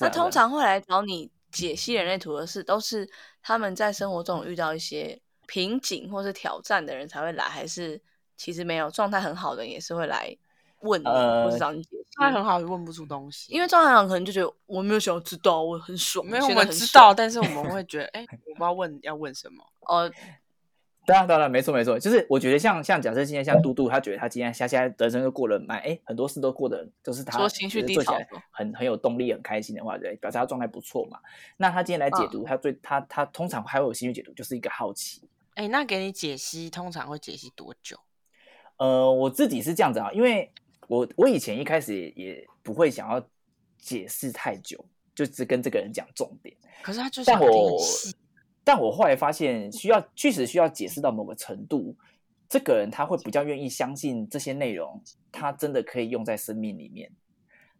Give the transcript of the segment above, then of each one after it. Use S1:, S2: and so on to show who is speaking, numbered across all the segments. S1: 那
S2: 然
S1: 通
S2: 呢
S1: 常会来找你解析人类图的事，都是他们在生活中有遇到一些瓶颈或是挑战的人才会来，还是其实没有状态很好的人也是会来问你，或是
S2: 呃
S1: 找你解析？
S3: 他很好，也问不出东西，
S1: 因为状态很好，可能就觉得我没有想要知道，我很爽，
S3: 没有我
S1: 现在
S3: 们
S1: 很
S3: 知
S1: 爽
S3: 道，但是我们会觉得，哎、我不知道问要问什么。
S1: 哦，
S2: 对啊，对啊，没错没错，就是我觉得像像假设今天像嘟嘟，他觉得他今天他现在人生就过得蛮哎，很多事都过得就是他
S1: 说情
S2: 觉
S1: 绪
S2: 得
S1: 低
S2: 做起
S1: 潮
S2: 来
S1: 的时候
S2: 很很有动力、很开心的话，对，表示他状态不错嘛。那他今天来解
S1: 嗯
S2: 读，他最他他通常还会有兴趣解读，就是一个好奇。
S3: 哎、那给你解析，通常会解析多久？
S2: 呃，我自己是这样子啊，因为我我以前一开始也也不会想要解释太久，就只跟这个人讲重点。
S3: 可是他就想
S2: 但
S3: 听
S2: 我
S3: 你细
S2: 但我后来发现，需要确实需要解释到某个程度，这个人他会比较愿意相信这些内容，他真的可以用在生命里面。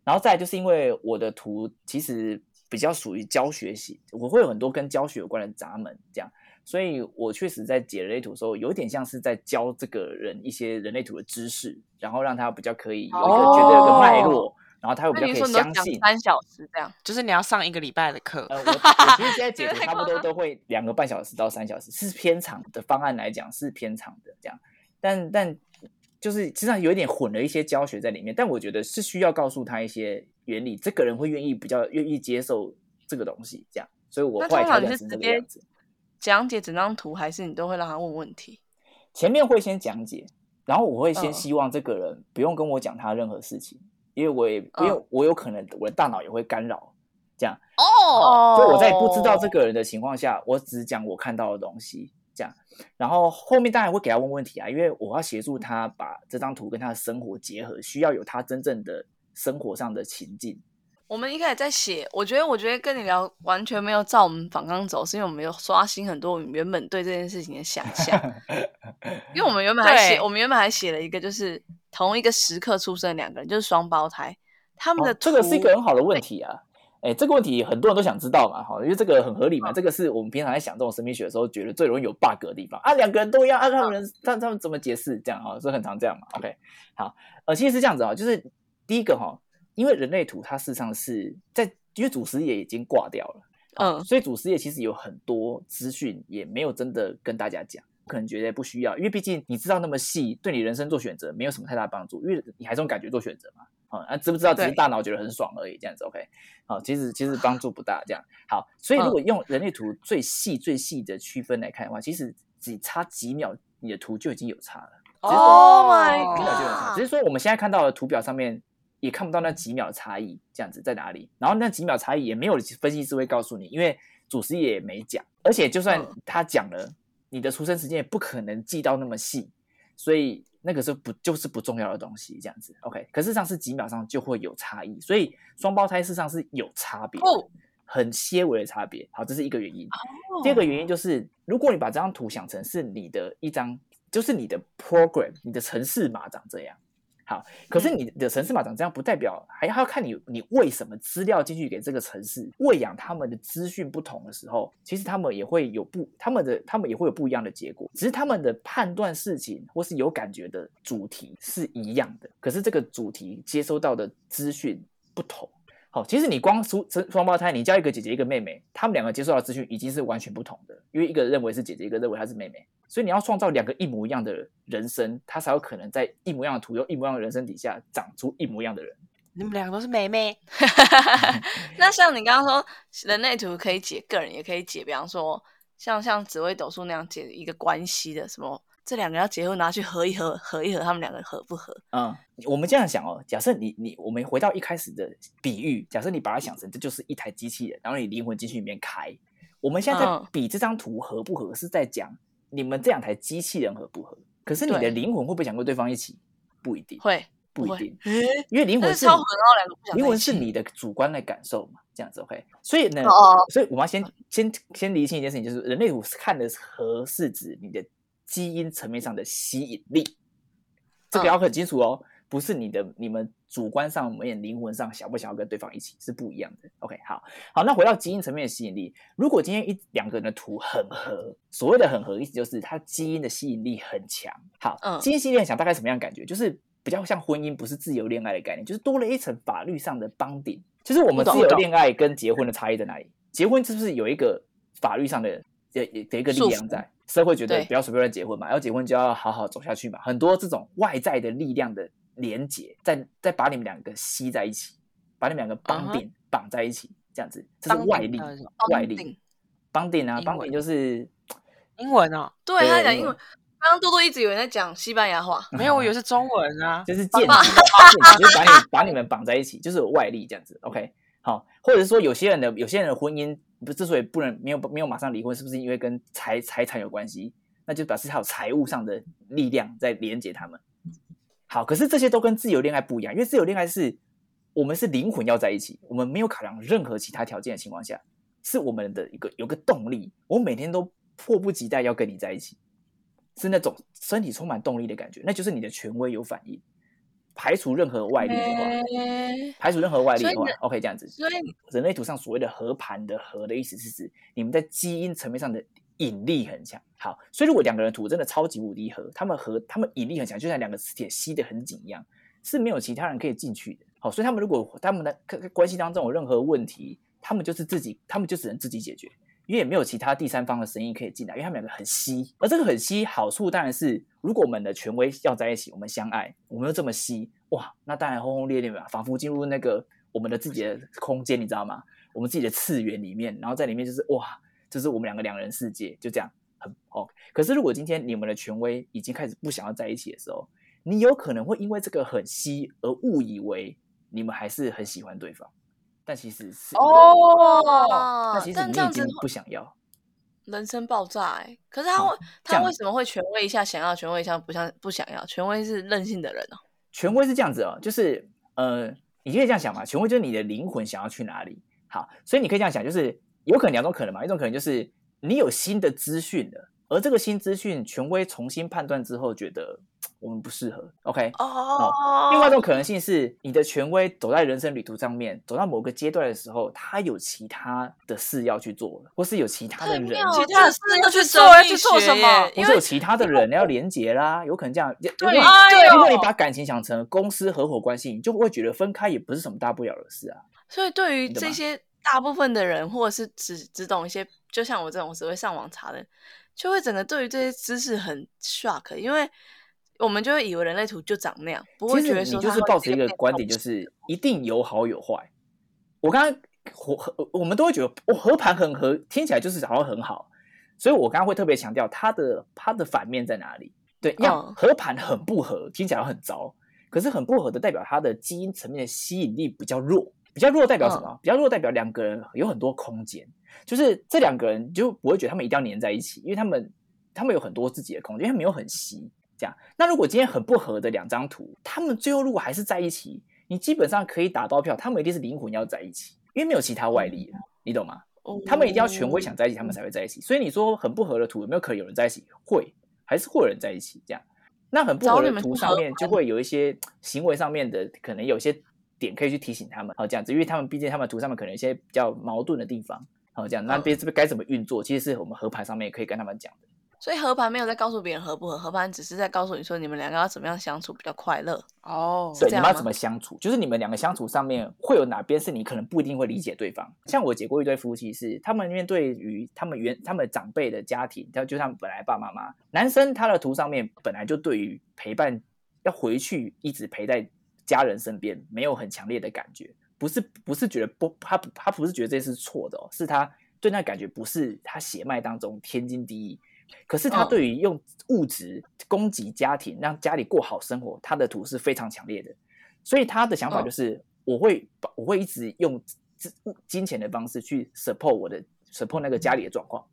S2: 然后再来就是因为我的图其实比较属于教学型，我会有很多跟教学有关的闸门，这样，所以我确实在解人类图的时候，有点像是在教这个人一些人类图的知识，然后让他比较可以有一个觉得有个脉络，然后他又比
S1: 哦
S2: 较
S1: 那你说
S2: 可以
S1: 你都
S2: 相
S1: 讲
S2: 信。
S1: 三小时这样，
S3: 就是你要上一个礼拜的课，
S2: 呃，我我其实现在解
S1: 觉得
S2: 读
S1: 太
S2: 差不
S1: 夸
S2: 多
S1: 张
S2: 都会两个半小时到三小时，是偏长的方案来讲是偏长的这样，但但就是实际上有一点混了一些教学在里面，但我觉得是需要告诉他一些原理，这个人会愿意比较愿意接受这个东西这样，所以我
S1: 那
S2: 后来
S1: 通
S2: 调
S1: 常
S2: 整
S1: 你
S2: 成
S1: 是
S2: 这
S1: 直
S2: 个样
S1: 接
S2: 子。
S1: 讲解整张图，还是你都会让他问问题？
S2: 前面会先讲解，然后我会先
S1: 嗯
S2: 希望这个人不用跟我讲他任何事情，因为我也因为
S1: 嗯
S2: 我有可能我的大脑也会干扰这样。
S3: 哦，
S1: 哦
S2: 所以我在不知道这个人的情况下，我只讲我看到的东西，这样。然后后面当然会给他问问题啊，因为我要协助他把这张图跟他的生活结合，需要有他真正的生活上的情境。
S1: 我们一开始在写，我觉得，我觉得跟你聊完全没有照我们反纲走，是因为我们有刷新很多我们原本对这件事情的想 象。因为我们原本还写，
S3: 对
S1: 我们原本还写了一个，就是同一个时刻出生的两个人，就是双胞胎，他们的、
S2: 哦这个是一个很好的问题啊。哎，这个问题很多人都想知道嘛，哈，因为这个很合
S1: 嗯
S2: 理嘛，这个是我们平常在想这种神秘学的时候，觉得最容易有 bug 的地方啊。两个人都一样，啊，
S1: 嗯
S2: 他们人他他们怎么解释这样哈，所以很常这样嘛。OK，好，呃，其实是这样子啊，就是第一个哈，因为人类图它事实上是在，因为祖师爷已经挂掉了，
S1: 嗯
S2: 所以祖师爷其实有很多资讯也没有真的跟大家讲，可能觉得不需要，因为毕竟你知道那么细，对你人生做选择没有什么太大帮助，因为你还是用感觉做选择嘛。啊、啊，知不知道只是
S1: 对啊
S2: 大脑觉得很爽而已，这样子 OK。好、其实其实帮助不大，这样好。所以
S1: 嗯
S2: 如果用人类图最细最细的区分来看的话，其实只差几秒，你的图就已经有差了。只是说
S1: Oh my
S2: 几秒就有差，只是说我们现在看到的图表上面也看不到那几秒差异，这样子在哪里？然后那几秒差异也没有分析师会告诉你，因为祖师爷也没讲，而且就算
S1: 嗯
S2: 他讲了，你的出生时间也不可能记到那么细，所以那个是不就是不重要的东西，这样子 OK。可事实上是几秒上就会有差异，所以双胞胎事实上是有差别的。
S3: 哦
S2: 很些微的差别，好，这是一个原因。第二个原因就是，如果你把这张图想成是你的一张，就是你的 program，你的城市码长这样。好，可是你的城市码长这样，不代表还还要看你你喂什么资料进去给这个城市，喂养他们的资讯不同的时候，其实他们也会有不他们的他们也会有不一样的结果，只是他们的判断事情或是有感觉的主题是一样的，可是这个主题接收到的资讯不同。好，其实你光双双胞胎，你叫一个姐姐一个妹妹，他们两个接受到的资讯已经是完全不同的，因为一个认为是姐姐，一个认为她是妹妹，所以你要创造两个一模一样的人生，他才有可能在一模一样的图，有一模一样的人生底下长出一模一样的人。
S3: 你们两个都是妹妹，
S1: 那像你刚刚说，人类图可以解个人，也可以解，比方说像像紫微斗数那样解一个关系的什么。这两个要结婚，拿去合一合，合一合，他们两个合不合？
S2: 嗯，我们这样想哦，假设你你我们回到一开始的比喻，假设你把它想成这就是一台机器人，然后你灵魂进去里面开。我们现在在
S1: 嗯
S2: 比这张图合不合，是在讲你们这两台机器人合不合。可是你的
S1: 对
S2: 灵魂会不会想跟对方一起？不一定，
S1: 会，
S2: 不一
S1: 会
S2: 定，
S1: 诶
S2: 因为灵
S1: 但
S2: 魂
S1: 是
S2: 你
S1: 超合，然后两个不想
S2: 灵
S1: 在
S2: 魂
S1: 一
S2: 是
S1: 起
S2: 你的主观的感受嘛，这样子 OK。所以呢，
S1: 哦哦
S2: 所以我们要先先先厘清一件事情，就是人类图是看的是和是指你的基因层面上的吸引力，这个
S1: 嗯
S2: 要很清楚哦，不是你的你们主观上、我们灵魂上想不想要跟对方一起是不一样的。OK，好好，那回到基因层面的吸引力，如果今天一两个人的图很合，所谓的很合，意思就是它基因的吸引力很强。好，
S1: 嗯
S2: 基因吸引力很强大概什么样的感觉？就是比较像婚姻，不是自由恋爱的概念，就是多了一层法律上的帮顶。就是我们
S1: 懂
S2: 自由
S1: 我懂
S2: 恋爱跟结婚的差异在哪里？结婚是不是有一个法律上的的的一个力
S1: 束
S2: 量
S1: 缚
S2: 在？社会觉得
S1: 对
S2: 不要随便乱结婚嘛，要结婚就要好好走下去嘛，很多这种外在的力量的连结，在在把你们两个吸在一起，把你们两个绑
S3: 啊哈
S2: 定、绑在一起，这样子，这是
S3: 绑
S2: 外
S3: 定
S2: 力
S3: 到底是什么，
S2: 外
S1: 绑
S2: 力
S1: 定，
S2: 绑定啊，
S3: 英
S2: 绑
S3: 文
S2: 定就是
S3: 英文哦，
S1: 对他
S2: 对
S1: 讲
S2: 英
S1: 英
S2: 文
S1: 文，刚刚多多一直以为在讲西班牙话，
S3: 没有，我以为是中文啊。
S2: 就是间接
S1: 绑
S2: 绑定，就是把你把你们绑在一起，就是有外力这样子。OK，好，或者是说有些人的有些人的婚姻不之所以不能没有没有马上离婚，是不是因为跟财财产有关系？那就表示他有财务上的力量在连接他们。好，可是这些都跟自由恋爱不一样，因为自由恋爱是我们是灵魂要在一起，我们没有考量任何其他条件的情况下，是我们的一个有个动力，我每天都迫不及待要跟你在一起，是那种身体充满动力的感觉，那就是你的权威有反应，排除任何外力的话，
S1: 诶
S2: 排除任何外力
S1: 哎所以
S2: 的话
S1: 你的
S2: ，OK，这样子。
S1: 所以
S2: 人类图上所谓的合盘的合的意思是指你们在基因层面上的引力很强。好，所以如果两个人图真的超级无敌合，他们合他们引力很强，就像两个磁铁吸得很紧一样，是没有其他人可以进去的。好，所以他们如果他们的关关系当中有任何问题，他们就是自己，他们就只能自己解决。因为也没有其他第三方的声音可以进来，因为他们两个很稀。而这个很稀，好处当然是，如果我们的权威要在一起，我们相爱，我们又这么稀，哇，那当然轰轰烈烈嘛，仿佛进入那个我们的自己的空间，你知道吗？我们自己的次元里面，然后在里面就是哇，就是我们两个两人世界，就这样很哦。可是如果今天你们的权威已经开始不想要在一起的时候，你有可能会因为这个很稀而误以为你们还是很喜欢对方，但其实是一个
S3: 哦，
S2: 但
S1: 哦
S2: 其，实
S1: 但
S2: 你
S1: 这样
S2: 已
S1: 子
S2: 经不想要。
S1: 人生爆炸哎、可是他
S2: 好
S1: 会
S2: 哦这
S1: 他
S2: 样
S1: 为什么会权威一下想要，权威一下不想不想要？权威是任性的人哦、
S2: 权威是这样子哦，就是呃，你可以这样想嘛，权威就是你的灵魂想要去哪里。好，所以你可以这样想，就是有可能两种可能嘛，一种可能就是你有新的资讯了，而这个新资讯权威重新判断之后，觉得嘖我们不适合。OK，
S1: 哦，
S2: 另外一种可能性是，你的权威走在人生旅途上面，走到某个阶段的时候，他有其他的事要去做了，或是有其他的
S1: 太
S2: 人，
S1: 妙了
S3: 其他的事要去做要去做什么
S2: 或是有其他的人要连接啦，有可能这样。如果
S1: 对
S2: 你
S1: 哎呦
S2: 如果你把感情想成公司合伙关系，你就会觉得分开也不是什么大不了的事啊。
S1: 所以对于
S2: 你懂吗
S1: 这些大部分的人，或者是只只懂一些，就像我这种只会上网查的，就会整个对于这些知识很 shock，因为我们就会以为人类图就长那样，不
S2: 其
S1: 会觉
S2: 实
S1: 得
S2: 你
S1: 说
S2: 就是
S1: 它会
S2: 抱着
S1: 这
S2: 一个
S1: 变
S2: 观
S1: 动
S2: 点，就
S1: 式
S2: 是一定有好有坏。我刚刚我我我们都会觉得我合盘很合，听起来就是好像很好，所以我刚刚会特别强调它的它的反面在哪里。对，要
S1: 嗯
S2: 合盘很不合，听起来很糟，可是很不合的代表它的基因层面的吸引力比较弱，比较弱代表什么？比较弱代表两个人有很多空间，就是这两个人就不会觉得他们一定要黏在一起，因为他们他们有很多自己的空间，因为他们没有很稀。这样，那如果今天很不合的两张图，他们最后如果还是在一起，你基本上可以打包票，他们一定是灵魂要在一起，因为没有其他外力了，你懂吗？他们一定要权威想在一起，他们才会在一起。所以你说很不合的图有没有可能有人在一起？会，还是会有人在一起这样。那很不合的图上面就会有一些行为上面的，可能有一些点可以去提醒他们，好这样子，因为他们毕竟他们图上面可能有一些比较矛盾的地方，好这样，那
S1: 嗯
S2: 边这边该怎么运作，其实是我们合盘上面可以跟他们讲的。
S1: 所以合盘没有在告诉别人合不合，合盘只是在告诉你说你们两个要怎么样相处比较快乐。
S3: 哦，
S1: 是
S2: 对，你
S1: 这样
S2: 们要
S1: 吗
S2: 怎么相处？就是你们两个相处上面会有哪边是你可能不一定会理解对方。像我姐过一对夫妻是，他们面对于他们原他们长辈的家庭，他就他们本来爸爸妈妈，男生他的图上面本来就对于陪伴要回去一直陪在家人身边没有很强烈的感觉，不是不是觉得不他不他不是觉得这是错的哦，是他对那感觉不是他血脉当中天经地义。可是他
S1: 嗯
S2: 对于用物质供给家庭，让家里过好生活，他的图是非常强烈的。所以他的想法
S1: 嗯
S2: 就是，我会把我会一直用资金钱的方式去 support 我的 support 那个家里的状况。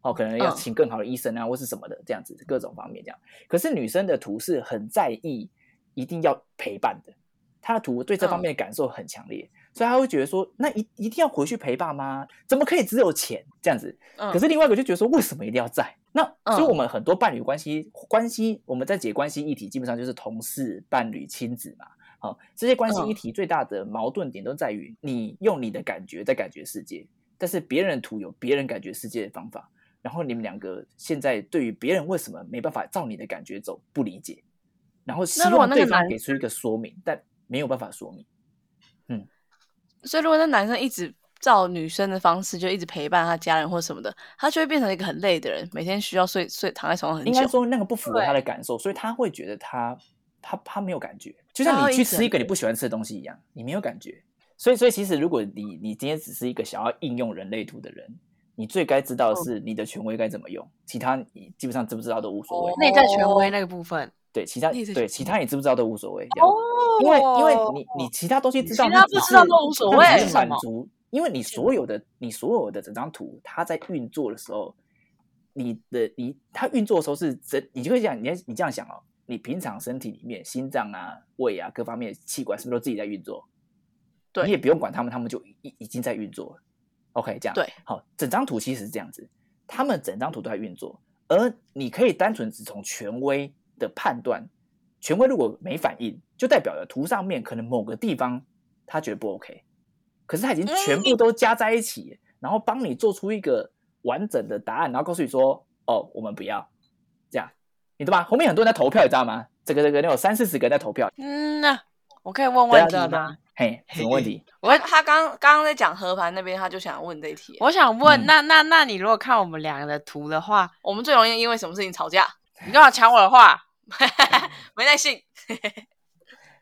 S2: 哦，可能要
S1: 嗯
S2: 请更好的医生啊，或是什么的，这样子各种方面这样。可是女生的图是很在意，一定要陪伴的，她的图对这方
S1: 嗯
S2: 面的感受很强烈，所以她会觉得说，那一一定要回去陪爸妈，怎么可以只有钱这样子？
S1: 嗯，
S2: 可是另外一个就觉得说，为什么一定要在？那
S1: 嗯
S2: 所以我们很多伴侣关系关系，我们在解关系议题，基本上就是同事、伴侣、亲子嘛。好、这些关系
S1: 嗯
S2: 议题最大的矛盾点都在于，你用你的感觉在感觉世界，但是别人的图有别人感觉世界的方法。然后你们两个现在对于别人为什么没办法照你的感觉走不理解，然后希
S1: 那如果
S2: 望
S1: 那个
S2: 对方
S1: 男
S2: 给出一个说明，但没有办法说明。
S1: 所以如果那男生一直照女生的方式，就一直陪伴他家人或什么的，他就会变成一个很累的人，每天需要睡睡躺在床上很
S2: 应该
S1: 久。
S2: 说那个不符合
S3: 对
S2: 他的感受，所以他会觉得他他他没有感觉，就
S1: 他
S2: 像
S1: 会
S2: 你
S1: 一
S2: 去
S1: 直
S2: 吃
S1: 很
S2: 一个你不喜欢吃的东西一样，你没有感觉。所以所以其实如果你你今天只是一个想要应用人类图的人，你最该知道
S1: 嗯
S2: 的是你的权威该怎么用，其他你基本上知不知道都无所谓。
S1: 哦
S3: 内在权威那个部分，
S2: 对，其他
S1: 内在
S2: 对
S1: 权
S2: 其他你知不知道都无所谓。这样
S3: 哦，
S2: 因为因为你
S1: 哦
S2: 你其他东西知道，
S3: 其他
S2: 那只
S3: 不知
S2: 是
S3: 道都无
S2: 那
S3: 所
S2: 只
S3: 谓
S2: 是
S3: 是
S2: 满
S3: 什么嗯
S2: 足，因为你所有的你所有的整张图，它在运作的时候，你的你它运作的时候是整，你就会想，你你这样想哦，你平常身体里面心脏啊、胃啊各方面的器官是不是都自己在运作？
S1: 对
S2: 你也不用管他们，他们就已已经在运作了。OK，这样
S1: 对，
S2: 好，整张图其实是这样子，他们整张图都在运作，而你可以单纯只从权威的判断，权威如果没反应，就代表了图上面可能某个地方他觉得不 OK，可是他已
S3: 嗯
S2: 经全部都加在一起，然后帮你做出一个完整的答案，然后告诉你说，哦，我们不要这样，你懂吗？后面很多人在投票，你知道吗？这个这个，那有三四十个人在投票，
S3: 嗯呐，我可以问
S2: 对啊
S3: 问题
S2: 对
S3: 吗？
S2: 嘿，什么问 题？
S1: 我他刚刚刚在讲和盘那边，他就想问这一题。我
S3: 我想问，
S2: 嗯
S3: 那那那你如果看我们两个的图的话，
S1: 我们最容易因为什么事情吵架？
S3: 你干嘛抢我的话？
S1: 没耐性。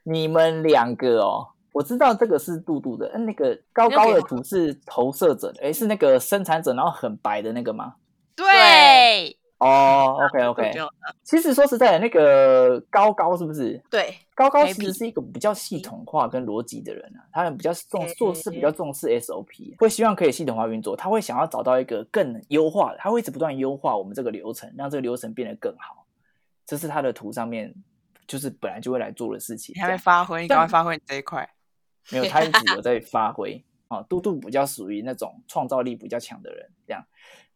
S2: 你们两个哦，我知道这个是杜杜的，嗯，那个高高的图是投射者的，诶，是那个生产者，然后很白的那个吗？
S1: 对
S3: 对，
S2: 哦，OK
S3: 啊
S2: OK，
S1: 就
S2: 其实说实在的，那个高高是不是？
S1: 对，
S2: 高高
S3: Maybe
S2: 其实是一个比较系统化跟逻辑的人啊，他很比较重
S1: 诶
S2: 做事比较重视 SOP，会希望可以系统化运作，他会想要找到一个更优化的，他会一直不断优化我们这个流程，让这个流程变得更好。这是他的图上面就是本来就会来做的事情。
S3: 你还没
S2: 这样
S3: 发挥，你赶
S2: 但
S3: 快发挥你这一块。
S2: 没有，他一 直有在发挥啊。杜杜比较属于那种创造力比较强的人，这样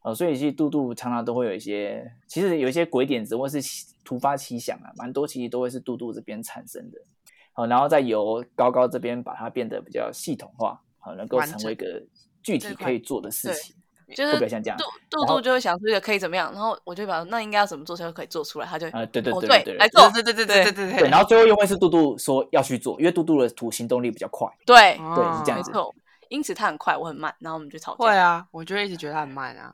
S2: 啊，所以其实杜杜常常都会有一些，其实有一些鬼点子或是奇突发奇想啊，蛮多其实都会是杜杜这边产生的。好、然后再由高高这边把它变得比较系统化，好、能够
S3: 完
S2: 成
S3: 整
S2: 为一个具体
S3: 这块
S2: 可以做的事
S1: 对
S2: 情，
S1: 就
S2: 会
S1: 是
S2: 不会像这样
S1: 杜？杜
S2: 然后
S1: 杜就会想出一个可以怎么样，然后我就把那应该要怎么做才会可以做出来，他就
S2: 啊、对对
S1: 哦
S2: 对
S1: 对
S2: 对
S1: 来
S2: 对
S1: 做
S3: 对对对对对对
S2: 对，然后最后又会是杜杜说要去做，因为杜杜的图行动力比较快，
S1: 对，
S2: 对是这样
S1: 没
S2: 子
S1: 错。因此他很快，我很慢，然后我们就吵架。
S3: 哦会啊，我就一直觉得他很慢啊。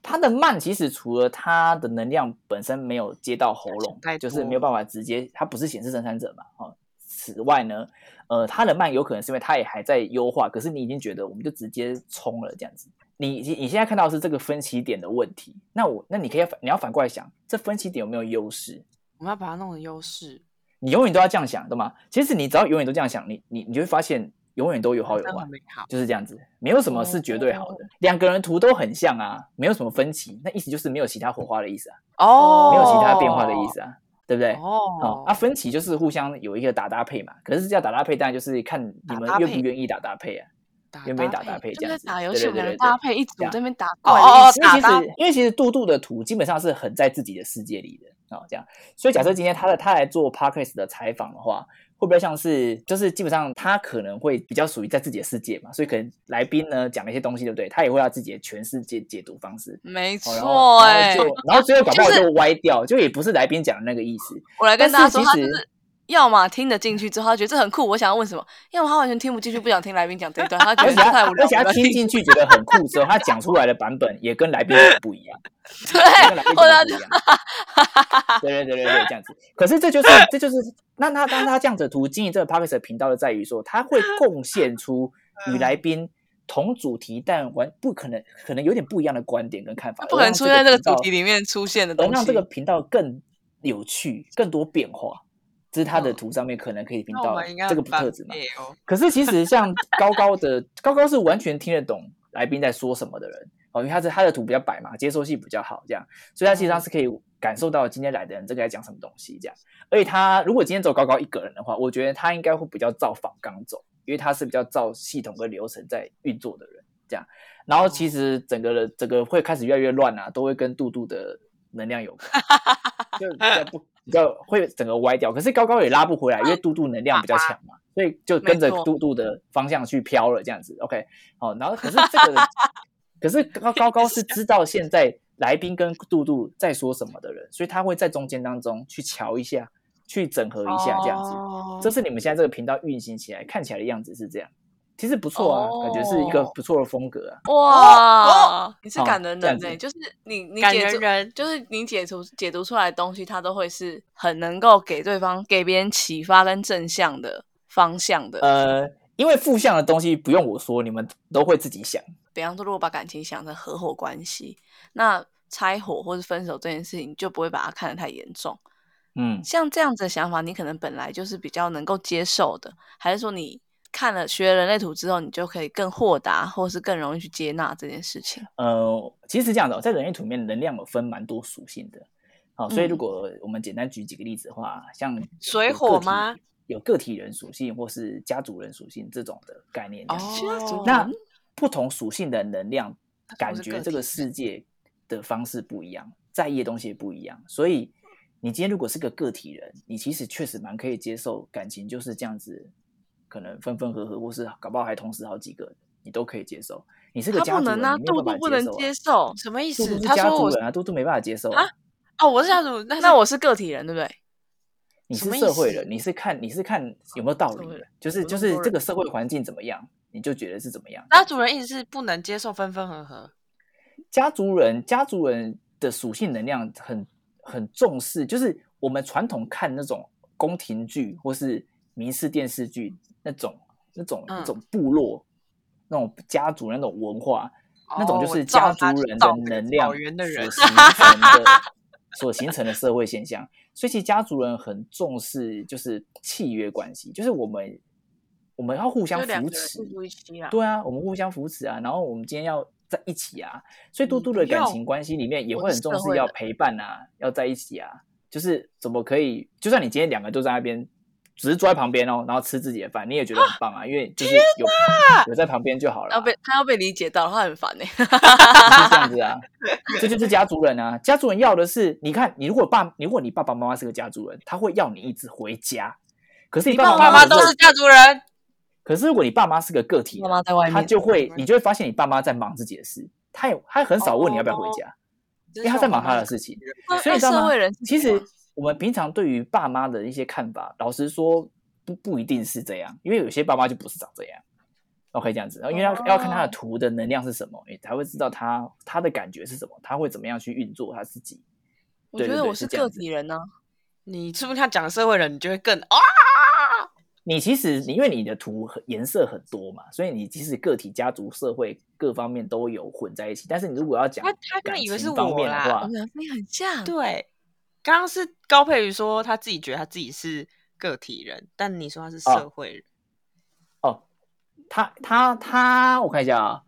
S2: 它的慢其实除了它的能量本身没有接到喉咙
S3: 太，
S2: 就
S3: 多
S2: 是没有办法直接，它不是显示生产者嘛，哦。此外呢，呃，它的慢有可能是因为它也还在优化，可是你已经觉得我们就直接冲了这样子。你你你现在看到的是这个分歧点的问题，那我那你可以反你要反过来想，这分歧点有没有优势？
S3: 我们要把它弄成优势，
S2: 你永远都要这样想，懂吗？其实你只要永远都这样想，你你你就会发现永远都有好有
S3: 真的
S2: 坏
S3: 很。美好。
S2: 就是这样子，没有什么是绝对好的。两个人图都很像啊，没有什么分歧，那意思就是没有其他火花的意思啊，
S3: 哦
S2: 没有其他变化的意。思啊，对不对？好
S3: 哦，
S2: 啊，分歧就是互相有一个打搭配嘛。可是这叫打搭配，当然就是看你们
S3: 打搭配
S2: 愿不愿意打搭配啊，
S3: 打
S2: 愿不愿意打搭配这
S1: 就是
S2: 样子。
S1: 打游
S2: 对
S1: 戏，
S2: 对
S1: 我们
S2: 对
S1: 两
S2: 对
S1: 个搭
S2: 对
S1: 配一组
S2: 这样
S1: 在那边打
S3: 哦
S1: 怪的
S3: 哦
S1: 意
S2: 因为
S1: 思。
S3: 哦
S2: 其
S3: 打搭
S2: 实，因为其实杜杜的图基本上是很在自己的世界里的啊、哦，这样。所以假设今天他的他来做 podcast 的采访的话，会不会像是就是基本上他可能会比较属于在自己的世界嘛？所以可能来宾呢讲了一些东西，对不对？他也会要自己的全世界解读方式。
S1: 没
S2: 哦然后
S1: 错，
S2: 然
S1: 哎
S2: 后，就然后最后搞不好
S1: 就是
S2: 就歪掉，就也不是来宾讲的那个意思。
S1: 我来跟大
S2: 但
S1: 家
S2: 是
S1: 说，
S2: 其
S1: 他就
S2: 实
S1: 是要么听得进去之后，他觉得这很酷，我想要问什么；要么他完全听不进去，不想听来宾讲这一段，他觉
S2: 而
S1: 得
S2: 且他
S1: 啊太无聊
S2: 而且
S1: 了。
S2: 他听进去觉得很酷之后，他讲出来的版本也跟来宾讲的不一样。那个
S1: 对
S2: 来宾，
S1: 或者他
S2: 不一样。对对对对对，这样子。可是这就是这就是那那那他这样子的途经营这个 p o d c a s t 频道的在于说，他会贡献出
S1: 嗯
S2: 与来宾同主题但完不可能可能有点不一样的观点跟看法，
S1: 不可能出现在这
S2: 这
S1: 个
S2: 频道
S1: 主题里面出现的
S2: 而
S1: 东
S2: 让
S1: 西
S2: 这。个频道更有趣、更多变化。这是他的图上面可能可以听
S3: 嗯那
S2: 到
S3: 我
S2: 的
S3: 们应该
S2: 这个
S3: 很棒
S2: 特质嘛？
S3: 烈哦
S2: 可是其实像高高的高高是完全听得懂来宾在说什么的人哦，因为他是他的图比较白嘛，接收性比较好，这样，所以他其
S3: 嗯
S2: 实上是可以感受到今天来的人这个在讲什么东西这样。而且他如果今天只有高高一个人的话，我觉得他应该会比较照仿纲走，因为他是比较照系统跟流程在运作的人这样。然
S1: 哦
S2: 后其实整个的整个会开始越来越乱啊，都会跟杜杜的能量有 关，就比较不比较会整个歪掉。可是高高也拉不回来，因为杜杜能量比较强嘛，所以就跟着
S1: 没错
S2: 杜杜的方向去飘了这样子。OK，好，然后可是这 个，可是高高高是知道现在来宾跟杜杜在说什么的人，所以他会在中间当中去瞧一下，去整合一下这样子。
S3: 哦
S2: 这是你们现在这个频道运行起来看起来的样子是这样。其实不错啊，感觉是一个
S1: 哦
S2: 不错的风格啊。
S3: 哦
S1: 哇，你是
S2: 好
S1: 感人
S2: 这样
S1: 人呢、
S2: 子
S1: 就是你你
S3: 感
S1: 解
S3: 人
S1: 读
S3: 人
S1: 就是你解读解读出来的东西，它都会是很能够给对方给别人启发跟正向的方向的。
S2: 呃，因为负向的东西不用我说，你们都会自己想。
S1: 比方说，如果把感情想成合伙关系，那拆伙或是分手这件事情就不会把它看得太严重。
S2: 嗯，
S1: 像这样子的想法，你可能本来就是比较能够接受的，还是说你看了学了人类图之后，你就可以更豁达，或是更容易去接纳这件事情？
S2: 呃，其实是这样的哦、在人类图里面，能量有分蛮多属性的。好、所以
S1: 嗯
S2: 如果我们简单举几个例子的话，像
S3: 水
S2: 有个
S3: 火
S2: 体
S3: 吗？
S2: 有个体人属性或是家族人属性这种的概念这样子。
S3: 哦
S1: 家族
S2: 那
S1: 人
S2: 不同属性的能量，
S3: 它
S2: 感
S3: 不是
S2: 觉
S3: 个
S2: 这个
S3: 体
S2: 世界的方式不一样，在意的东西也不一样。所以，你今天如果是个个体人，你其实确实蛮可以接受感情就是这样子，可能分分合合，或是搞不好还同时好几个，你都可以接受。你是个
S1: 他
S2: 家
S1: 不
S2: 族人，
S1: 能啊，
S2: 你没
S1: 杜
S2: 有
S1: 杜
S2: 办
S1: 不
S2: 法接
S1: 能
S2: 受、啊。
S1: 接受。
S3: 什么意
S2: 杜
S3: 思？
S2: 杜是
S3: 他
S2: 家
S3: 说
S2: 族
S3: 我
S2: 人啊，杜杜没办法接受啊
S3: 啊哦，我是家族，那
S1: 那
S3: 我
S1: 我是个体人，对不对？
S2: 你
S3: 什
S2: 是
S3: 么意
S2: 社会
S3: 思
S2: 人，你是看你是看有没有道
S1: 社
S2: 理
S1: 会
S2: 的
S1: 人，
S2: 就是
S1: 有
S2: 就
S1: 那么
S2: 是
S1: 多
S2: 这
S1: 人
S2: 个社会环境怎么样，你就觉得是怎么样。
S3: 家族人一直是不能接受分分合合，
S2: 家族人，家族人的属性能量很很重视，就是我们传统看那种宫廷剧或是民视电视剧那种那种
S3: 嗯
S2: 那种部落、那种家族那种文化，那种
S3: 哦
S2: 就是
S3: 我
S2: 家
S3: 照
S2: 族
S3: 他去
S2: 人的
S3: 照那个
S2: 能量
S3: 草原的人，
S2: 所形成的所形成的 社会现象。所以其实家族人很重视就是契约关系，就是我们我们要互
S1: 就
S2: 相
S1: 两
S2: 扶
S1: 个人
S2: 持
S1: 互，不一起啦。
S2: 对啊，我们互相扶持啊，然后我们今天要在一起啊，所以嘟
S3: 你
S2: 嘟
S3: 不
S2: 的感
S3: 要
S2: 情关系里面也
S1: 我
S2: 会
S1: 是
S2: 很重
S1: 社
S2: 视
S1: 会
S2: 要
S1: 人
S2: 陪伴啊，要在一起啊，就是怎么可以，就算你今天两个都在那边，只是坐在旁边哦，然后吃自己的饭，你也觉得很棒啊，因为就是有有在旁边就好了
S1: 要
S2: 啊、
S1: 被他要被理解到，他很烦欸呢、
S2: 就是这样子啊，这就是家族人啊，家族人要的是，你看你如果爸，如果你爸爸妈妈是个家族人，他会要你一直回家，可是你
S3: 你爸
S2: 爸
S3: 爸妈妈
S2: 如
S3: 都
S2: 果
S3: 是家族人，
S2: 可是如果你爸妈是个个体
S1: 妈
S2: 人，
S1: 妈在外
S2: 他
S1: 面，
S2: 就会，你就会发现你爸妈在忙自己的事，他也他很少问你要不要回家，因为他在忙他的事情。
S1: 那
S2: 所以
S1: 那
S2: 你知道
S1: 社
S2: 吗
S1: 会人是
S2: 其
S1: 什么
S2: 实我们平常对于爸妈的一些看法，老实说不不一定是这样，因为有些爸妈就不是长这样。OK，这样子，然后因为要、
S1: 哦
S2: 要看他的图的能量是什么，你才会知道他他的感觉是什么，他会怎么样去运作他自己。
S1: 我
S2: 对
S1: 觉
S2: 对
S1: 得
S2: 对
S1: 我
S2: 是
S1: 是
S2: 这样
S1: 个
S2: 子
S1: 体人啊呢、
S3: 你是不是他讲社会人，你就会更啊？
S2: 你其实你因为你的图很颜色很多嘛，所以你即使个体、家族、社会各方面都有混在一起。但是你如果要讲
S3: 他他根
S2: 感
S3: 本以为是
S2: 情方
S3: 我
S2: 面的啊
S3: 啦
S2: 话
S1: 我们，两个也很
S2: 嗯
S1: 像。
S3: 对，刚刚是高佩瑜说他自己觉得他自己是个体人，但你说他是
S2: 哦
S3: 社会人，
S2: 哦，他他他，我看一下啊，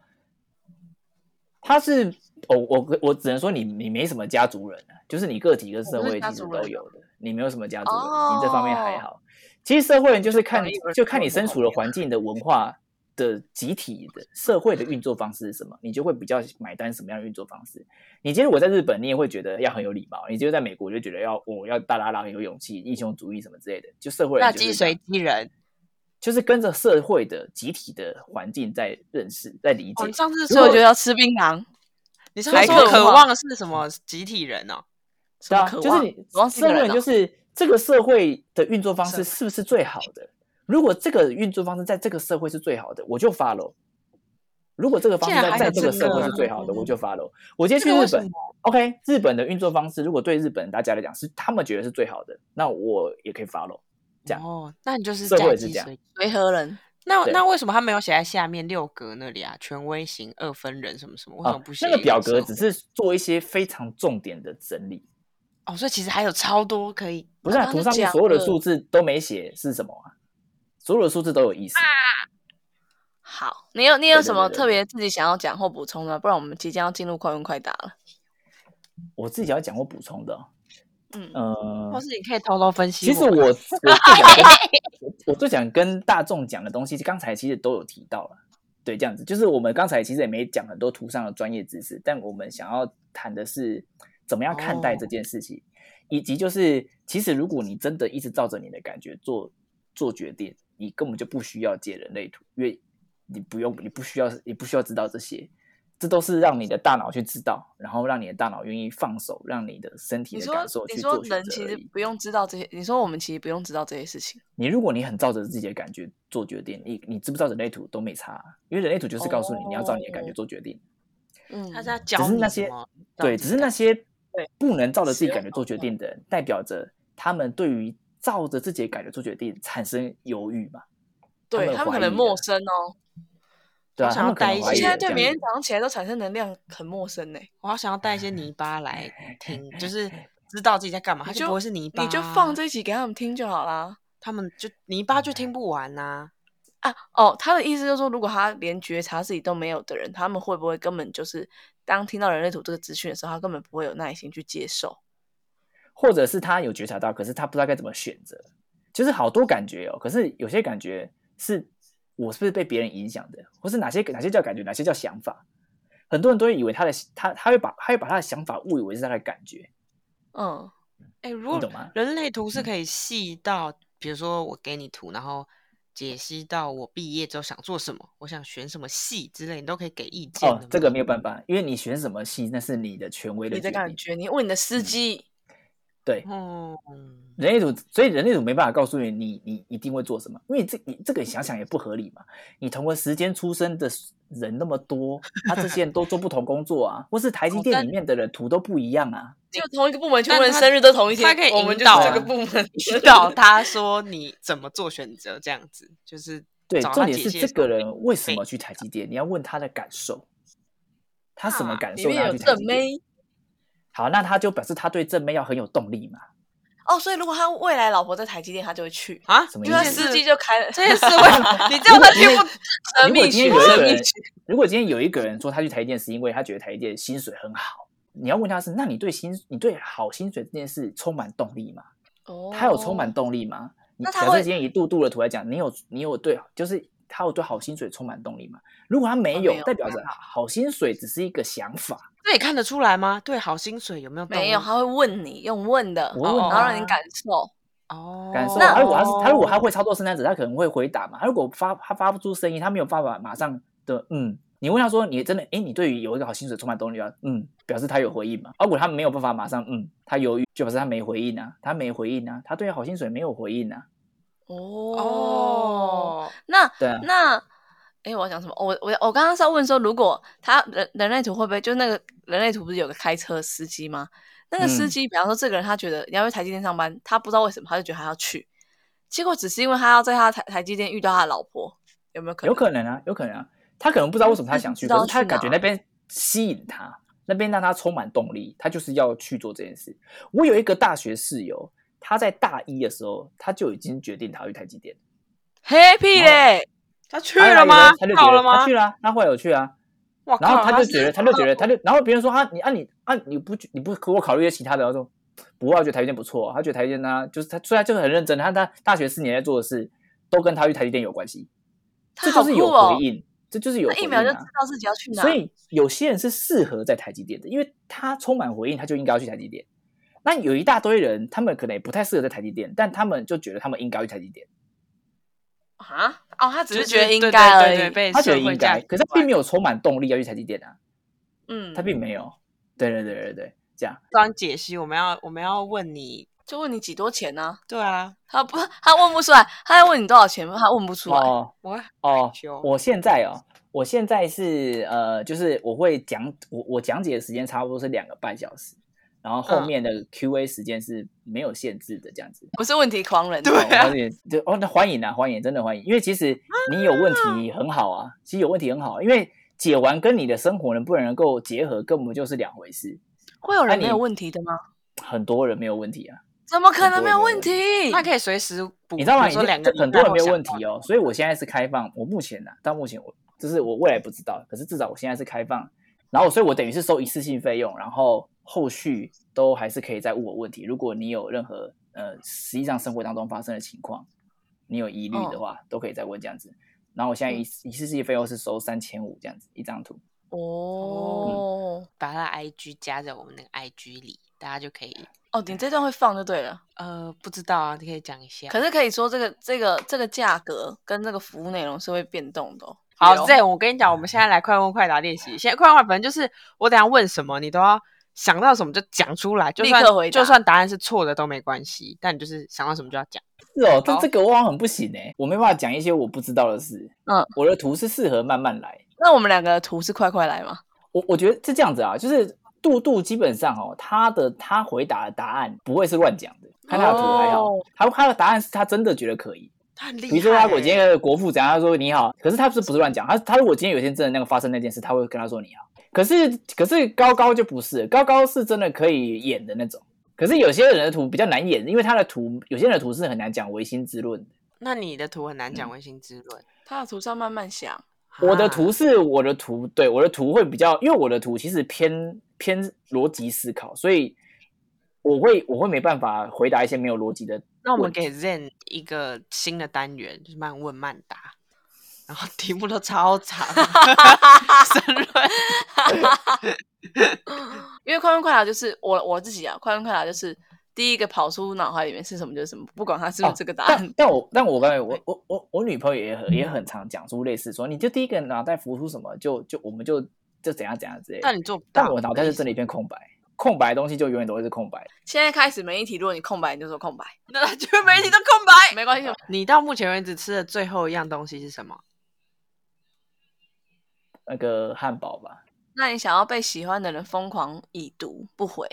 S2: 他是我我我只能说你你没什么家族人啊，就是你个体跟社
S1: 我不是
S2: 会
S1: 家
S2: 其实
S1: 族
S2: 都
S1: 人啊
S2: 有的，你没有什么家族人，你这方面还
S1: 哦
S2: 好。其实社会人就是
S1: 可
S2: 看
S1: 能有人
S2: 就看
S1: 有
S2: 你
S1: 不
S2: 身
S1: 同
S2: 处的
S1: 的
S2: 环境的文化的集体的社会的运作方式是什么，你就会比较买单什么样的运作方式。你今天我在日本，你也会觉得要很有礼貌；你就在美国，就觉得要哦我要大拉拉很有勇气、英雄主义什么之类的。就社会人
S3: 那
S2: 就是
S3: 鸡
S2: 这样
S3: 随鸡人。
S2: 就是跟着社会的集体的环境在认识、在理解。
S3: 哦，你上次
S2: 如
S1: 所以我
S3: 说
S1: 觉得要吃槟榔，
S3: 你上次
S1: 还
S3: 说
S1: 渴
S3: 渴
S1: 望
S3: 望是什么
S2: 嗯
S3: 集体人哦？
S1: 什
S2: 对
S1: 么
S2: 啊，
S1: 渴
S2: 就
S1: 望？
S2: 是你
S1: 渴望是一
S2: 社
S1: 个
S2: 会
S1: 人
S2: 人，
S1: 哦、
S2: 就是这个社会的运作方
S3: 啊社
S2: 式
S3: 会
S2: 是不是最好的？如果这个运作方式在这个社会是最好的，我就 follow。如果这个方式
S3: 竟
S2: 在
S3: 然还
S2: 在
S3: 有
S2: 这个
S3: 这
S2: 社会
S3: 个
S2: 是最好的，我就 follow。我今天去
S3: 啊嗯这个为
S2: 日
S3: 什
S2: 本，OK，日本的运作方式，如果对日本大家来讲是他们觉得是最好的，那我也可以 follow。这样
S3: 哦，那你就是
S2: 社
S3: 嫁
S2: 会是
S3: 鸡
S2: 这样
S3: 随鸡。
S1: 随和人。
S3: 那
S2: 对
S3: 那为什么他没有写在下面六格那里啊？权威型二分人什么什么，为什么
S2: 啊
S3: 不，写、
S2: 那个表格只是做一些非常重点的整理，
S3: 哦，所以其实还有超多可以
S2: 不是、啊、
S1: 刚刚
S2: 图
S1: 就
S2: 上面
S1: 讲
S2: 所有的
S1: 了
S2: 数字都没写是什么啊？所有的数字都有意思。
S1: 啊好，你有你有
S2: 对对
S1: 什么
S2: 对对
S1: 特别自己想要讲或补充的吗？不然我们即将要进入快问快答了。
S2: 我自己要讲或补充的哦，
S1: 嗯，
S2: 呃
S3: 或，是你可以偷偷分析
S2: 其
S3: 我。
S2: 实我我最想跟我 我最想跟大众讲的东西，刚才其实都有提到了。对，这样子就是我们刚才其实也没讲很多图上的专业知识，但我们想要谈的是怎么样看
S1: 哦
S2: 待这件事情，以及就是其实如果你真的一直照着你的感觉做做决定，你根本就不需要解人类图，因为你不用，你不需要，你不需要知道这些。这都是让你的大脑去知道，然后让你的大脑愿意放手，让你的身体
S1: 你
S2: 的
S1: 说
S2: 感受
S1: 你
S2: 去
S1: 说
S2: 做选
S1: 人
S2: 择
S1: 其
S2: 而
S1: 实
S2: 已。
S1: 不用知道这些，你说我们其实不用知道这些事情。
S2: 你如果你很照着自己的感觉做决定，你你知不知道人类图都没差啊、因为人类图就是告诉你、你要照你的感觉
S1: 哦
S2: 做决定。
S1: 嗯，
S3: 他在教
S2: 只是
S3: 你
S2: 那
S3: 什
S2: 些
S3: 么让
S2: 对，
S3: 自
S2: 只
S3: 己
S2: 是
S3: 感
S2: 那些
S1: 对
S2: 不能照着自己
S1: 使用
S2: 感觉做决定的人，代表着他们对于照着自己的感觉做决定产生犹豫嘛？
S1: 对
S2: 他
S1: 他
S2: 们怀
S1: 们可
S2: 疑
S1: 能
S2: 了
S1: 陌生哦。
S2: 对啊，
S3: 好想
S2: 他
S3: 要
S2: 们可能
S3: 带一
S2: 怀
S1: 我
S2: 疑
S1: 现
S2: 了
S1: 在
S3: 些
S1: 对
S2: 这
S1: 每
S2: 样
S1: 天
S2: 子
S1: 早上起来都产生能量很陌生呢、
S3: 我好想要带一些泥巴来听， 就是知道自己在干嘛，它
S1: 你
S3: 就不会是泥巴，
S1: 你就放这一集给他们听就好啦。
S3: 他们就泥巴就听不完呐、
S1: 啊，哦，他的意思就是说，如果他连觉察自己都没有的人，他们会不会根本就是当听到人类图这个资讯的时候，他根本不会有耐心去接受？
S2: 或者是他有觉察到，可是他不知道该怎么选择，就是好多感觉哦。可是有些感觉是我是不是被别人影响的，或是哪些哪些叫感觉，哪些叫想法？很多人都会以为他的他他会把他会把他的想法误以为是他的感觉，
S1: 嗯，
S3: 哎、如
S2: 你
S3: 果
S2: 懂嗯吗？
S3: 人类图是可以细到，比如说我给你图，然后解析到我毕业之后想做什么，我想选什么系之类，你都可以给意
S1: 嗯
S3: 见的
S2: 哦
S3: 吗。，
S2: 这个没有办法，因为你选什么系那是你的权威的
S1: 你
S2: 决
S1: 的感
S2: 定。
S1: 觉，你问你的
S2: 嗯
S1: 司机，
S2: 对，
S3: 哦，
S2: 人类组，所以人类组没办法告诉你你你一定会做什么，因为这你这个想想也不合理嘛。你同个时间出生的人那么多，他这些人都做不同工作啊，或 是台积
S3: 哦
S2: 电
S3: 但
S2: 里面的人图都不一样 啊。
S1: 就同一个部门，全部
S3: 但
S1: 人
S3: 他
S1: 生日都同一天，
S3: 他可以
S1: 我们
S3: 引
S1: 就是
S3: 导
S1: 这
S2: 啊
S1: 个部门
S3: 引导他说你怎么做选择，这样子就是
S2: 对，
S3: 找
S2: 重
S3: 他
S2: 点
S3: 解
S2: 是
S3: 析的
S2: 这
S3: 时候
S2: 个人为什
S3: 被
S2: 么去台积电，你要问他的感受，他什么
S3: 啊
S2: 感
S1: 里
S2: 受
S1: 面
S2: 让他
S1: 有
S2: 去台
S1: 正
S2: 积电？
S1: 妹
S2: 好，那他就表示他对正妹要很有动力嘛。
S1: 哦，所以如果他未来老婆在台积电，他就会去，
S3: 啊，
S2: 什么
S1: 就
S2: 意
S1: 他
S2: 思
S1: 司机就开了
S3: 这件事为什 么你这样他听
S2: 如
S1: 神
S3: 不
S2: 果
S1: 呃秘
S2: 今天
S1: 学，
S2: 有一
S1: 神
S2: 个
S1: 秘
S2: 人
S1: 学，，
S2: 如果今天有一个人说他去台积电是因为他觉得台积电薪水很好，你要问他是，那你对薪你对好薪水这件事充满动力吗？
S1: 哦
S2: 他有充满动力吗？你
S1: 那他
S2: 假设
S1: 会
S2: 今天以度度的图来讲，你有你有对，就是他有对好薪水充满动力吗？如果他没
S1: 哦
S2: 有，
S1: 没有
S2: 代表着好薪水只是一个想法。
S3: 这也看得出来吗？对，好薪水有没有动力？
S1: 没有，他会问你用问的，
S2: 我会问
S1: 哦然后让
S3: 他
S1: 你感受。
S3: 哦，
S2: 感受，
S1: 那
S2: 他如果他是他如果他会操作圣诞子，他可能会回答嘛。他如果发他发不出声音，他没有办法马上的嗯，你问他说你真的哎，诶你对于有一个好薪水充满动力啊，嗯，表示他有回应嘛。啊而如果他没有办法马上嗯，他犹豫，就表示他没回应啊，他没回应啊，他对好薪水没有回应啊，
S1: 哦，
S3: 哦，
S1: 那
S2: 对啊，
S1: 那，哎，我要讲什么？我我我刚刚是要问说，如果他人人类图会不会就那个人类图不是有个开车司机吗？那个司
S2: 嗯
S1: 机，比方说这个人他觉得你要去台积电上班，他不知道为什么他就觉得他要去，结果只是因为他要在他台台积电遇到他的老婆，有没有可能？
S2: 有可能啊，有可能啊，他可能不知道为什么他想去，
S1: 不知
S2: 可
S1: 道
S2: 是他
S1: 去哪
S2: 感觉那边吸引他，那边让他充满动力，他就是要去做这件事。我有一个大学室友，他在大一的时候他就已经决定他要去台积电。
S1: 嘿屁嘞！
S3: 他 去
S2: 他
S3: 了吗？
S2: 他就觉
S3: 到
S2: 得
S3: 了吗
S2: 他？去了啊、他后来有去啊，
S3: 哇
S2: 然后
S3: 靠
S2: 他就觉得，
S3: 是
S2: 他就觉得，他就，然后别人说啊，你啊你啊你不去你不给我考虑一些其他的，他说不会啊，我觉得台积电不错啊、他觉得台积电呢、就是他虽然就是很认真，他他大学四年在做的事都跟他去台积电有关系，
S1: 他
S2: 这
S1: 好
S2: 就是
S1: 酷
S2: 有
S1: 哦
S2: 回！应，这就是有
S1: 他
S2: 回
S1: 一
S2: 应
S1: 秒就
S2: 啊
S1: 知。道自己要去哪，
S2: 所以有些人是适合在台积电的，因为他充满回应，他就应该要去台积电。那有一大堆人，他们可能也不太适合在台积电，但他们就觉得他们应该要去台积电。
S1: 啊哦，他只
S3: 就是
S1: 觉得应
S3: 对
S1: 该而
S3: 对对对
S1: 已。
S3: 被
S2: 他觉得
S3: 社会
S2: 应
S3: 价
S2: 该，
S3: 值
S2: 可是他并
S3: 观
S2: 没有充满动力要去台积电啊，
S1: 嗯
S2: 他，并没有。对对对对对，这样
S3: 这样解析，我们要我们要问你，
S1: 就问你几多钱呢？
S3: 对啊，
S1: 他不，他问不出来，他在问你多少钱，他问不出来。
S2: 哦
S3: 我
S2: 哦
S3: 羞，
S2: 我现在哦，我现在是呃，就是我会讲我我讲解的时间差不多是两个半小时，然后后
S3: 嗯
S2: 面的 Q&A 时间是没有限制的，这样子。
S1: 不是问题狂人，
S3: 对啊
S2: 哦，对哦，那欢迎啊，欢迎，真的欢迎，因为其实你有问题很好啊，其实有问题很好，因为解完跟你的生活能不能够结合，根本就是两回事。
S1: 会有
S2: 那
S1: 人没有
S2: 你
S1: 问题的吗？
S2: 很多人没有问题啊，
S1: 怎么可
S2: 很
S1: 能
S2: 多
S1: 没
S2: 人
S1: 有
S2: 没有
S1: 问
S2: 问
S1: 题？
S3: 他可以随时补，
S2: 你知道吗？
S3: 比如说
S2: 已经
S3: 两个
S2: 这很多人没有问题
S3: 哦，
S2: 哦，所以我现在是开放，我目前呢、到目前我就是我未来不知道，可是至少我现在是开放，然后所以我等于是收一次性费用，然后后续都还是可以再问我问题。如果你有任何呃实际上生活当中发生的情况，你有疑虑的
S3: 哦
S2: 话，都可以再问这样子。然后我现
S3: 嗯
S2: 在一一次性费用是收三千五这样子一张图，
S1: 哦
S3: 把他的 IG 加在我们那个 IG 里，大家就可以
S1: 哦，你这段会放就对了。
S3: 呃，不知道啊，你可以讲一下。
S1: 可是可以说这个这个这个价格跟这个服务内容是会变动的哦、
S3: 好
S1: 有，
S3: 这我跟你讲，我们现在来快问快答练习。现在快问快答，反正就是我等一下问什么，你都要想到什么就讲出来，就
S1: 立
S3: 算
S1: 刻回答
S3: 就算答案是错的都没关系，但你就是想到什么就要讲。
S2: 是哦，但
S3: 好
S2: 这个我好像很不行哎，我没办法讲一些我不知道的事。
S1: 嗯，
S2: 我的图是适合慢慢来。
S1: 那我们两个的图是快快来吗？
S2: 我我觉得是这样子啊，就是杜杜基本上哦，他的他回答的答案不会是乱讲的，看他的图还好，
S1: 哦
S2: 他他的答案是他真的觉得可以。
S3: 他很厉欸
S2: 比如说他我今天的国父怎样，他说你好，可是他不是不是乱讲，他他如果今天有一天真的那个发生那件事，他会跟他说你好。可是可是高高就不是，高高是真的可以演的那种。可是有些人的图比较难演，因为他的图有些人的图是很难讲唯心之论的。
S3: 那你的图很难讲唯心之论。
S1: 他的图上慢慢想，
S2: 嗯我的
S3: 啊
S2: 图是我的图，对我的图会比较，因为我的图其实偏偏逻辑思考，所以我会我会没办法回答一些没有逻辑的。
S3: 那我们
S2: 问
S3: 给 Zen 一个新的单元，就是慢问慢答，然后题目都超 长，申论
S1: 因为快问快答就是我我自己啊，快问快答就是第一个跑出脑海里面是什么就是什么，不管它
S3: 哦
S1: 是不是这个答案。
S2: 但但我但我刚才我我我我女朋友也很也很常讲出类似说，你就第一个脑袋浮出什么，就就我们就就怎样怎样之类的。
S3: 但你做不到。
S2: 但我脑袋是真
S3: 的，
S2: 的一片空白，空白的东西就永远都会是空白。
S1: 现在开始每一题，如果你空白，你就说空白，
S3: 那 就每一题都空白。
S1: 没关系。
S3: 你到目前为止吃的最后一样东西是什么？
S2: 那个汉堡吧，
S1: 那你想要被喜欢的人疯狂已读不回，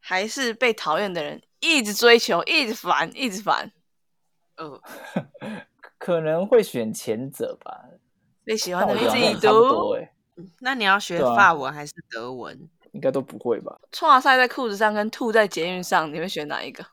S1: 还是被讨厌的人一直追求、一直烦、一直烦？
S3: 呃，
S2: 可能会选前者吧。
S1: 被喜欢
S2: 但
S1: 的
S2: 我
S1: 人
S2: 觉
S1: 一
S2: 得
S1: 直
S2: 好像差
S1: 已
S2: 不
S1: 读
S2: 多，哎、
S3: 那你要学
S2: 对啊
S3: 法文还是德文？
S2: 应该都不会吧？
S1: 串啊塞在裤子上跟吐在捷运上，你会选哪一个？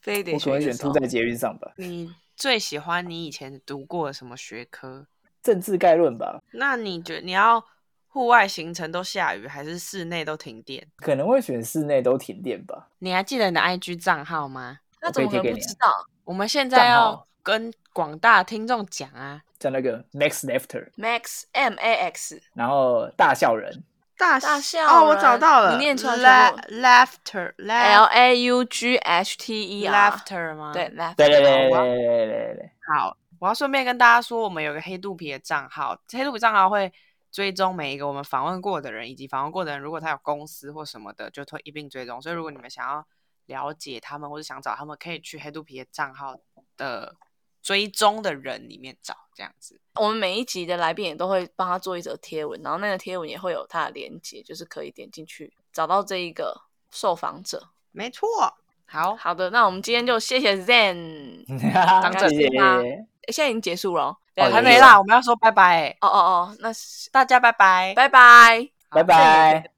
S1: 非得
S2: 我可能
S1: 一个
S2: 选吐
S1: 手
S2: 在捷运上吧。
S3: 你最喜欢你以前读过的什么学科？
S2: 政治概论吧，
S3: 那你觉你要户外行程都下雨，还是室内都停电？
S2: 可能会选室内都停电吧。
S3: 你还记得你的 IG 账号吗？
S1: 那
S2: 我
S1: 怎
S2: 可以
S1: 么可
S2: 贴给
S1: 能不
S2: 你啊
S1: 知道
S3: 我们现在
S2: 账号
S3: 要跟广大听众讲啊，
S2: 叫那个 Max Lefter，
S1: ？Max M A X
S2: 然后大笑人，
S3: 大
S1: 大笑
S3: 哦，我
S1: 人
S3: 找到
S1: 你
S3: 了，
S1: 念出来
S3: la
S1: 全
S3: laughter
S1: L
S3: la-
S1: A U G H T E R，
S3: laughter 吗？
S1: 对，，laugh，
S2: 对对对对
S1: 好啊
S2: 对对对对，
S3: 好，我要顺便跟大家说，我们有个黑肚皮的账号，黑肚皮账号会追踪每一个我们访问过的人，以及访问过的人如果他有公司或什么的，就会一并追踪。所以如果你们想要了解他们或者想找他们，可以去黑肚皮的账号的追踪的人里面找，这样子。
S1: 我们每一集的来宾也都会帮他做一则贴文，然后那个贴文也会有他的连接，就是可以点进去找到这一个受访者。
S3: 没错，好，
S1: 好的，那我们今天就谢谢 Zen，
S2: 哈
S1: 当
S2: 哈，谢谢
S1: 政治吗诶现在已经结束了哦，
S2: 嗯哦
S3: 还
S1: 还
S3: 没
S1: 没哦
S2: 有
S1: 啦。
S3: 啦，我们要说拜拜、欸，
S1: 哦哦哦，那是
S3: 大家拜拜，
S1: 拜拜。
S2: 拜拜。